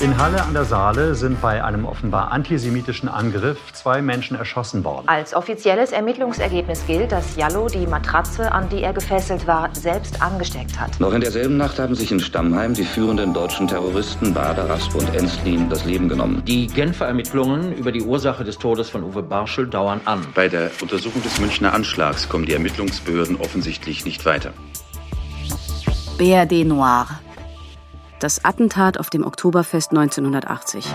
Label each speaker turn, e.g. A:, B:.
A: In Halle an der Saale sind bei einem offenbar antisemitischen Angriff zwei Menschen erschossen worden.
B: Als offizielles Ermittlungsergebnis gilt, dass Jallo die Matratze, an die er gefesselt war, selbst angesteckt hat.
C: Noch in derselben Nacht haben sich in Stammheim die führenden deutschen Terroristen Bader, Raspe und Enslin das Leben genommen.
D: Die Genfer Ermittlungen über die Ursache des Todes von Uwe Barschel dauern an.
E: Bei der Untersuchung des Münchner Anschlags kommen die Ermittlungsbehörden offensichtlich nicht weiter.
F: BRD Noir. Das Attentat auf dem Oktoberfest 1980.